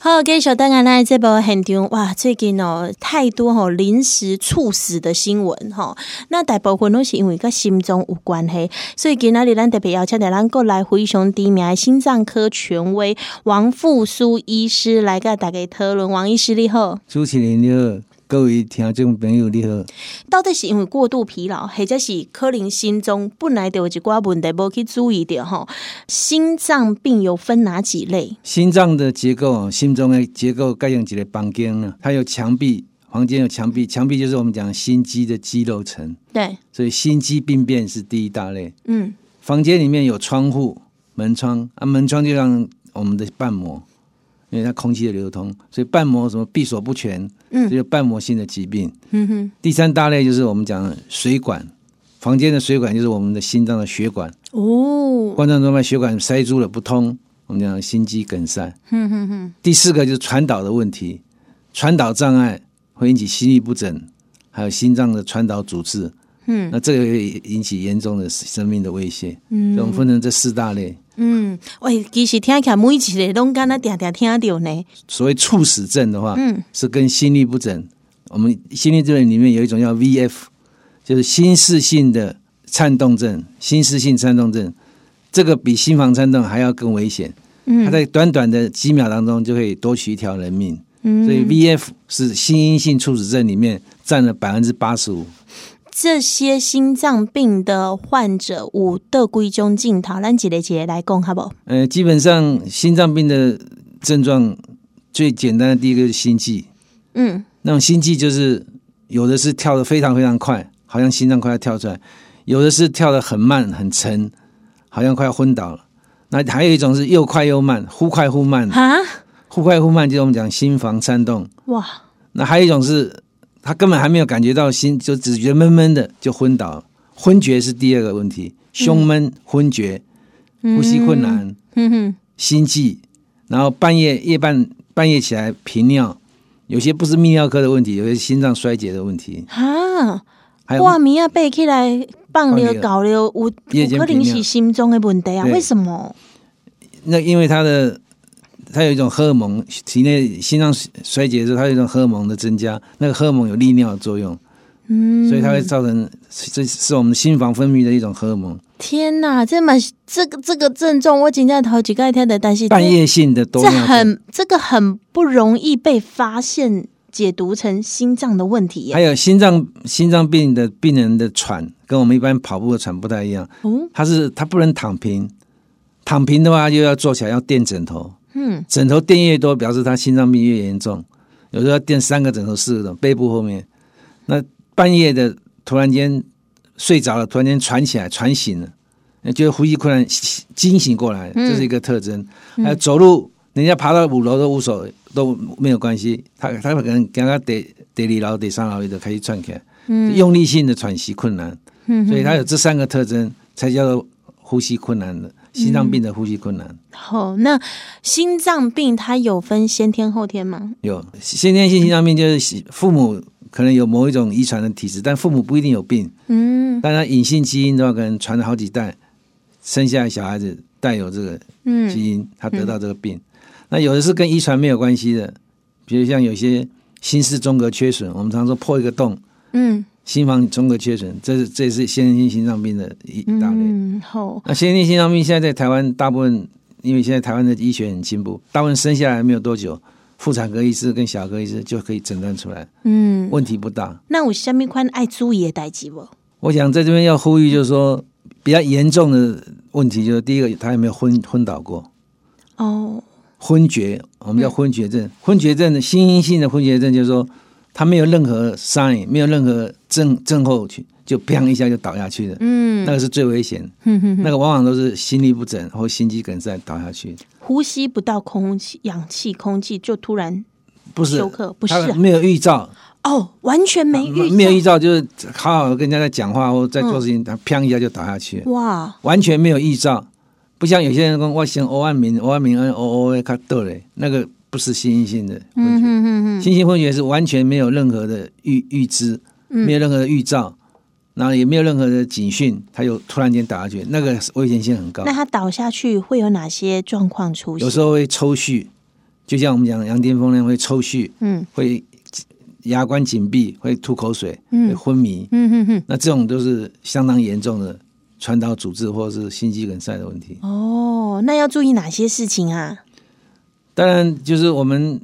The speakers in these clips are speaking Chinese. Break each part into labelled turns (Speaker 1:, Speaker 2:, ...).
Speaker 1: 好，继续等下咱的这部现场哇，最近哦太多吼、临时猝死的新闻吼、那大部分拢是因为甲心脏有关系，所以今仔日咱特别邀请到咱国内非常知名的心脏科权威王复苏医师来甲大家讨论。王医师你好，
Speaker 2: 主持人你好，各位听众朋友你好。
Speaker 1: 到底是因为过度疲劳，或者是可能心中本来就有一寡问题无去注意着吼？心脏病有分哪几类？
Speaker 2: 心脏的结构哦，心脏的结构概用几个房间呢？它有墙壁，房间有墙壁，墙壁就是我们讲心肌的肌肉层，
Speaker 1: 对，
Speaker 2: 所以心肌病变是第一大类。
Speaker 1: 嗯，
Speaker 2: 房间里面有窗户、门窗啊，门窗就像我们的瓣膜，因为它空气的流通，所以瓣膜什么闭锁不全，
Speaker 1: 嗯
Speaker 2: 这就瓣膜性的疾病。
Speaker 1: 嗯哼，
Speaker 2: 第三大类就是我们讲水管，房间的水管就是我们的心脏的血管。
Speaker 1: 哦，
Speaker 2: 冠状动脉血管塞住了不通，我们讲心肌梗塞。
Speaker 1: 哼哼哼，
Speaker 2: 第四个就是传导的问题，传导障碍会引起心律不整，还有心脏的传导阻滞。
Speaker 1: 嗯，
Speaker 2: 那这个会引起严重的生命的威胁。嗯，我们分成这四大类。
Speaker 1: 嗯，喂，其实听起来每一个拢敢若定定听着呢，
Speaker 2: 所谓猝死症的话，
Speaker 1: 嗯，
Speaker 2: 是跟心律不整。我们心律不整里面有一种叫 VF，就是心室性的颤动症，心室性颤动症，这个比心房颤动还要更危险。
Speaker 1: 嗯
Speaker 2: 它在短短的几秒当中就可以夺取一条人命。
Speaker 1: 嗯
Speaker 2: 所以 VF 是心因性猝死症里面占了百分之八十五。
Speaker 1: 这些心脏病的患者有得几种镜头，咱一个一个来讲好不好？
Speaker 2: 呃，基本上心脏病的症状最简单的第一个是心悸，
Speaker 1: 嗯
Speaker 2: 那种心悸就是有的是跳得非常非常快，好像心脏快要跳出来；有的是跳得很慢很沉，好像快要昏倒了。那还有一种是又快又慢，忽快忽慢，
Speaker 1: 哈，
Speaker 2: 忽快忽慢 就是我们讲心房颤动。
Speaker 1: 哇，
Speaker 2: 那还有一种是他根本还没有感觉到心，就只觉得闷闷的就昏倒了。昏厥是第二个问题，胸闷、昏厥、
Speaker 1: 嗯
Speaker 2: 呼吸困，难、
Speaker 1: 嗯哼，
Speaker 2: 心悸，然后半夜夜半半夜起来频尿，有些不是泌尿科的问题，有些是心脏衰竭的问题，
Speaker 1: 哈，
Speaker 2: 还
Speaker 1: 挂
Speaker 2: 有
Speaker 1: 名啊背起来放
Speaker 2: 放
Speaker 1: 了
Speaker 2: 尿
Speaker 1: 搞了，有有
Speaker 2: 夜间
Speaker 1: 可能
Speaker 2: 频尿
Speaker 1: 是心中的问题啊？
Speaker 2: 对
Speaker 1: 为什么？
Speaker 2: 那因为它的它有一种荷尔蒙，体内心脏衰竭的时候，它有一种荷尔蒙的增加，那个荷尔蒙有利尿的作用，
Speaker 1: 嗯，
Speaker 2: 所以它会造成这是我们心房分泌的一种荷尔蒙，
Speaker 1: 天哪，这蛮这个这个症状，我真正头几个天的，但是这
Speaker 2: 半夜性的多
Speaker 1: 这
Speaker 2: 尿症。
Speaker 1: 很这个很不容易被发现，解读成心脏的问题耶。
Speaker 2: 还有心脏心脏病的病人的喘，跟我们一般跑步的喘不太一样，
Speaker 1: 哦，
Speaker 2: 他是他不能躺平，躺平的话又要坐起来，要垫枕头，
Speaker 1: 嗯，
Speaker 2: 枕头垫越多，表示他心脏病越严重。有时候要垫三个枕头、四个枕头，背部后面。那半夜的突然间睡着了，突然间喘起来，喘醒了，呃觉得呼吸困难，醒惊醒过来，
Speaker 1: 嗯
Speaker 2: 这是一个特征。还有走路，人家爬到五楼都无所谓，都没有关系。他他可能刚刚得得二楼、得三楼就开始喘起来，用力性的喘息困难。
Speaker 1: 嗯
Speaker 2: 所以他有这三个特征，才叫做呼吸困难的心脏病的呼吸困难。
Speaker 1: 好，那心脏病它有分先天后天吗？
Speaker 2: 有先天性心脏病，就是父母可能有某一种遗传的体质，但父母不一定有病。
Speaker 1: 嗯
Speaker 2: 当然，隐性基因的话，可能传了好几代，生下来小孩子带有这个
Speaker 1: 嗯
Speaker 2: 基因，他得到这个病。那有的是跟遗传没有关系的，比如像有些心室中隔缺损，我们常说破一个洞，
Speaker 1: 嗯
Speaker 2: 心房中隔缺损，这是这也是先天性心脏病的一一大类。
Speaker 1: 嗯，好，
Speaker 2: 那先天性心脏病现在在台湾大部分，因为现在台湾的医学很进步，大部分生下来没有多久，妇产科医师跟小儿科医师就可以诊断出来，
Speaker 1: 嗯，
Speaker 2: 问题不大。
Speaker 1: 那有什么款爱注意的代志无？
Speaker 2: 我想在这边要呼吁，就是说比较严重的问题，就是第一个他有没有昏昏倒过，
Speaker 1: 哦，
Speaker 2: 昏厥，我们叫昏厥症。昏厥症的心因性的昏厥症，就是说他没有任何 sign，没有任何症症候群，就砰一下就倒下去了，
Speaker 1: 嗯，
Speaker 2: 那个是最危险的，
Speaker 1: 哼哼哼
Speaker 2: 那个往往都是心律不整或心肌梗塞倒下去。
Speaker 1: 呼吸不到空气、氧气、空气就突然
Speaker 2: 不是
Speaker 1: 休克，不是
Speaker 2: 他
Speaker 1: 啊？
Speaker 2: 没有预兆，
Speaker 1: 哦，完全没遇到，
Speaker 2: 啊没有预兆，就是好好跟人家在讲话或在做
Speaker 1: 嗯
Speaker 2: 事情，他砰一下就倒下去了，
Speaker 1: 哇，
Speaker 2: 完全没有预兆。不像有些人讲，我先欧万明，欧万明，欧欧欧卡豆嘞，那个不是心因性的
Speaker 1: 嗯
Speaker 2: 昏厥，
Speaker 1: 哼哼哼，
Speaker 2: 心性昏厥是完全没有任何的预预知，
Speaker 1: 嗯
Speaker 2: 没有任何的预兆，然后也没有任何的警讯，他就突然间倒下去，那个危险性很高
Speaker 1: 那。他倒下去会有哪些状况出现？
Speaker 2: 有时候会抽搐，就像我们讲羊癫疯人会抽搐，
Speaker 1: 嗯
Speaker 2: 会牙关紧闭，会吐口水，
Speaker 1: 嗯
Speaker 2: 会昏迷。
Speaker 1: 嗯嗯嗯，
Speaker 2: 那这种都是相当严重的传导阻滞或是心肌梗塞的问题。
Speaker 1: 哦，那要注意哪些事情啊？
Speaker 2: 当然，就是我们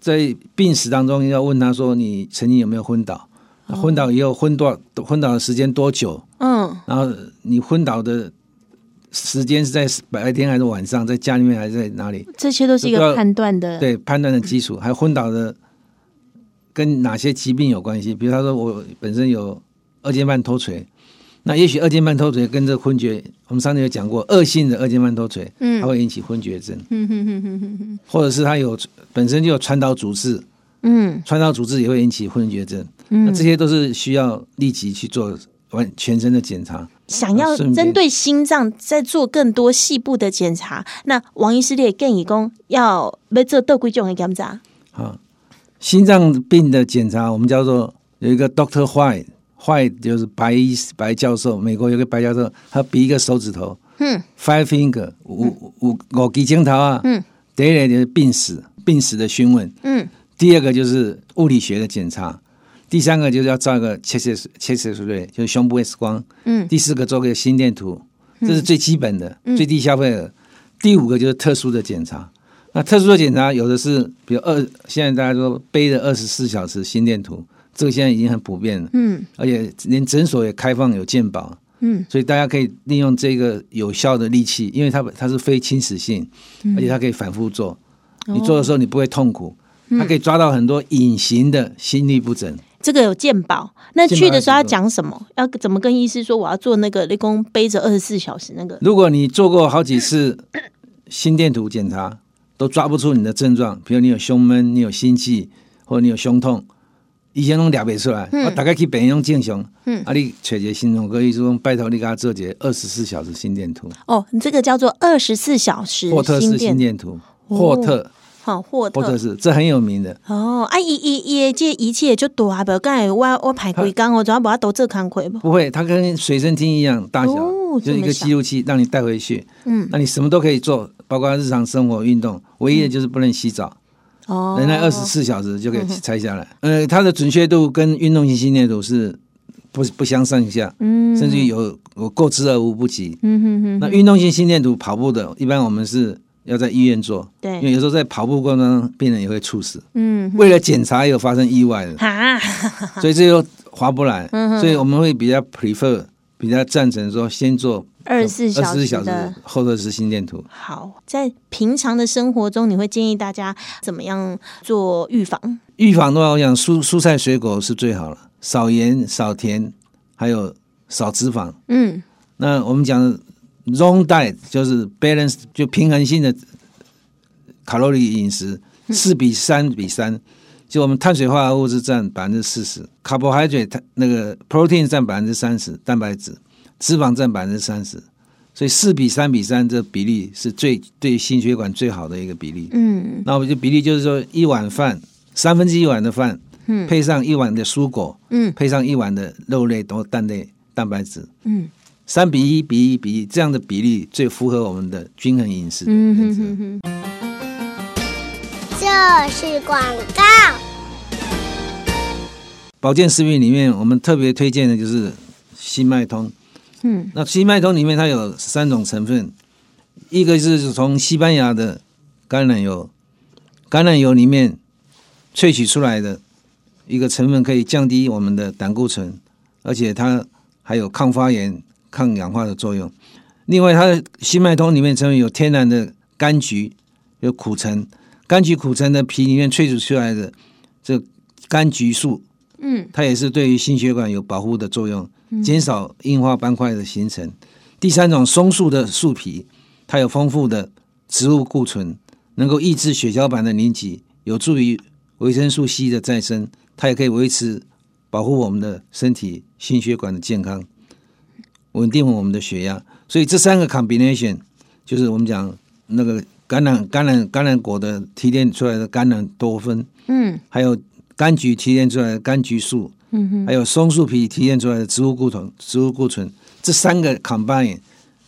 Speaker 2: 在病史当中要问他说，你曾经有没有昏倒？
Speaker 1: 哦
Speaker 2: 那昏倒以后昏多昏倒的时间多久？
Speaker 1: 嗯
Speaker 2: 然后你昏倒的时间是在白天还是晚上？在家里面还是在哪里？
Speaker 1: 这些都是一
Speaker 2: 这
Speaker 1: 个
Speaker 2: 个
Speaker 1: 判断的，，
Speaker 2: 对判断的基础，还有昏倒的跟哪些疾病有关系？比如他说我本身有二尖瓣脱垂，那也许二尖瓣脱垂跟这昏厥，我们上次有讲过，恶性的二尖瓣脱垂，
Speaker 1: 嗯
Speaker 2: 它会引起昏厥症，
Speaker 1: 嗯嗯嗯嗯嗯
Speaker 2: 或者是他有本身就有传导阻滞，
Speaker 1: 嗯
Speaker 2: 传导阻滞也会引起昏厥症，那
Speaker 1: 嗯
Speaker 2: 这，些都是需要立即去做完全身的检查。
Speaker 1: 想要
Speaker 2: 顺便
Speaker 1: 针对心脏再做更多细部的检查，那王医师也建议讲要要做多几种的检查，
Speaker 2: 啊，心脏病的检查，我们叫做有一个 Doctor White。White 就是白医师白教授，美国有个白教授，他比一个手指头
Speaker 1: 嗯
Speaker 2: ，five finger 五五五个指头啊。
Speaker 1: 嗯，
Speaker 2: 第一个就是病史，病史的询问；
Speaker 1: 嗯
Speaker 2: 第二个就是物理学的检查；第三个就是要照一个切切切切出来，就是胸部 X 光；
Speaker 1: 嗯
Speaker 2: 第四个做个心电图，这是最基本的、最低消费额。第五个就是特殊的检查，那特殊的检查有的是，比如二，现在大家说背着二十四小时心电图，这个现在已经很普遍了，
Speaker 1: 嗯
Speaker 2: 而且连诊所也开放有健保，
Speaker 1: 嗯
Speaker 2: 所以大家可以利用这个有效的利器，因为它它是非侵蚀性，而且它可以反复做，
Speaker 1: 嗯哦嗯
Speaker 2: 你做的时候你不会痛苦，它可以抓到很多隐形的心律不整。
Speaker 1: 这个有鉴宝，那
Speaker 2: 健保
Speaker 1: 去的时候要
Speaker 2: 有健
Speaker 1: 讲什么？要怎么跟医师说我要做那个立功背着二十四小时那个？
Speaker 2: 如果你做过好几次 心电图检查，都抓不出你的症状，比如你有胸闷、你有心悸，或者你有胸痛，以前拢抓不出来，我大概去病院弄正常。
Speaker 1: 嗯
Speaker 2: 啊，你找一个心脏科医生，拜托你给他做一个二十四小时心电图，
Speaker 1: 哦，你这个叫做二十四小时
Speaker 2: 霍特式心
Speaker 1: 电，
Speaker 2: 电图，
Speaker 1: 哦
Speaker 2: 霍特
Speaker 1: 好霍
Speaker 2: 霍特
Speaker 1: 特。
Speaker 2: 式，这很有名的。
Speaker 1: 哦，啊，伊伊伊的这一切就大无，刚才我我排几工，我主要把它都做工课无。
Speaker 2: 不会，它跟随身听一样大小，
Speaker 1: 哦
Speaker 2: 就是一
Speaker 1: 这么
Speaker 2: 个
Speaker 1: 小
Speaker 2: 记录器，让你带回去。
Speaker 1: 嗯，
Speaker 2: 那你什么都可以做，包括日常生活、运动，唯一的就是不能洗澡。
Speaker 1: 哦，
Speaker 2: 人家二十四小时就可以拆下来。呃，它的准确度跟运动性心电图是不不相上下，
Speaker 1: 嗯，
Speaker 2: 甚至于有有过之而无不及。
Speaker 1: 嗯哼哼，
Speaker 2: 那运动性心电图跑步的，一般我们是要在医院做，因为
Speaker 1: 对，
Speaker 2: 有时候在跑步过程当中，病人也会猝死。
Speaker 1: 嗯，
Speaker 2: 为了检查有发生意外的，
Speaker 1: 哈，
Speaker 2: 所以这又划不来
Speaker 1: 嗯嗯哼，
Speaker 2: 所以我们会比较 prefer 比较赞成说先做
Speaker 1: 二十四 小
Speaker 2: 二十四
Speaker 1: 时
Speaker 2: 小时
Speaker 1: 的。
Speaker 2: 后头是心电图。
Speaker 1: 好，在平常的生活中，你会建议大家怎么样做预防？
Speaker 2: 预防的话，我想蔬蔬菜水果是最好了，少盐、少甜，还有少脂肪。
Speaker 1: 嗯
Speaker 2: 那我们讲 wrong diet 就是 balance，就平衡性的卡路里饮食，
Speaker 1: 嗯
Speaker 2: 四比三比三，就我们碳水化合物是占百分之四十，carbohydrate 那个 protein 占百分之三十，蛋白质，脂肪占百分之三十，所以四比三比三这比例是最对心血管最好的一个比例。
Speaker 1: 嗯
Speaker 2: 那我们就比例就是说，一碗饭三分之一碗的饭，
Speaker 1: 嗯
Speaker 2: 配上一碗的蔬果，
Speaker 1: 嗯
Speaker 2: 配上一碗的肉类或蛋类蛋白质，
Speaker 1: 嗯
Speaker 2: 三比一比一比一这样的比例最符合我们的均衡饮食的
Speaker 1: 嗯
Speaker 2: 原
Speaker 1: 哼
Speaker 2: 则。
Speaker 1: 哼哼，
Speaker 3: 这是广告，
Speaker 2: 保健食品里面，我们特别推荐的就是新麦通。
Speaker 1: 嗯
Speaker 2: 那新麦通里面它有三种成分，一个是从西班牙的橄榄油，橄榄油里面萃取出来的一个成分，可以降低我们的胆固醇，而且它还有抗发炎、抗氧化的作用。另外，它的新麦通里面成分有天然的柑橘，有苦橙，柑橘苦橙的皮里面萃取出来的这柑橘素，
Speaker 1: 嗯，
Speaker 2: 它也是对于心血管有保护的作用，减少硬化斑块的形成。第三种松树的树皮，它有丰富的植物固醇，能够抑制血小板的凝集，有助于维生素 C 的再生，它也可以维持保护我们的身体心血管的健康，稳定我们的血压。所以这三个 combination 就是我们讲那个橄榄橄榄橄榄果的提炼出来的橄榄多酚，
Speaker 1: 嗯
Speaker 2: 还有柑橘提炼出来的柑橘素，
Speaker 1: 嗯哼，
Speaker 2: 还有松树皮提炼出来的植物固醇、植物固醇，这三个 combine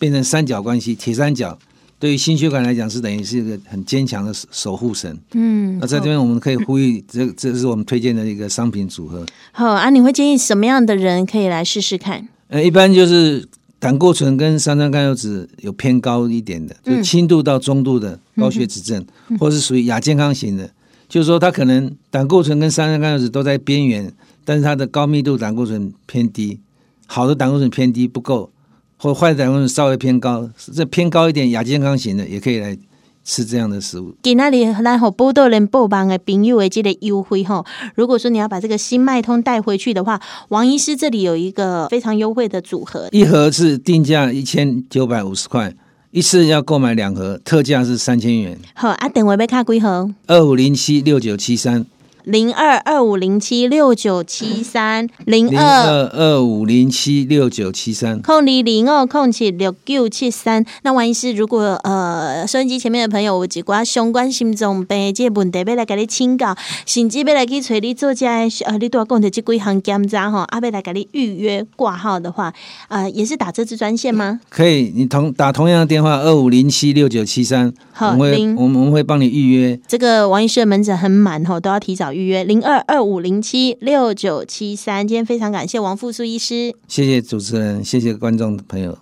Speaker 2: 变成三角关系，铁三角对于心血管来讲，是等于是一个很坚强的守守护神。
Speaker 1: 嗯
Speaker 2: 那在这边我们可以呼吁，这这是我们推荐的一个商品组合。
Speaker 1: 好啊，你会建议什么样的人可以来试试看？
Speaker 2: 呃，一般就是胆固醇跟三酸甘油脂有偏高一点的，就轻度到中度的高血脂症，或是属于亚健康型的，就是说它可能胆固醇跟三酸甘油脂都在边缘，但是它的高密度胆固醇偏低，好的胆固醇偏低不够，或坏的胆固醇稍微偏高，这偏高一点亚健康型的也可以来吃这样的食物。
Speaker 1: 给那里来好波豆人报榜的朋友的这个优惠哈。如果说你要把这个新脉通带回去的话，王医师这里有一个非常优惠的组合，
Speaker 2: 一盒是定价一千九百五十块，一次要购买两盒，特价是三千元。
Speaker 1: 好啊，等我被卡几盒。
Speaker 2: 二五零七六九七三
Speaker 1: 零二二五零七六九七三零
Speaker 2: 零
Speaker 1: 二
Speaker 2: 二二五零七六九七三，
Speaker 1: 空零零二空七六九七三。那万一是如果呃收音机前面的朋友有一寡相关心脏病这个问题，要来给你请教，甚至要来去找你做这个呃，你都要讲的这几项检查吼，啊，要来给你预约挂号的话，呃，也是打这支专线吗？
Speaker 2: 可以，你同打同样的电话二五零七六九七三，我
Speaker 1: 好
Speaker 2: 们会
Speaker 1: 零
Speaker 2: 我们我们会帮你预约。
Speaker 1: 这个王医师的门诊很满吼，都要提早预约零二二五零七六九七三。今天非常感谢王富苏医师。
Speaker 2: 谢谢主持人，谢谢观众朋友，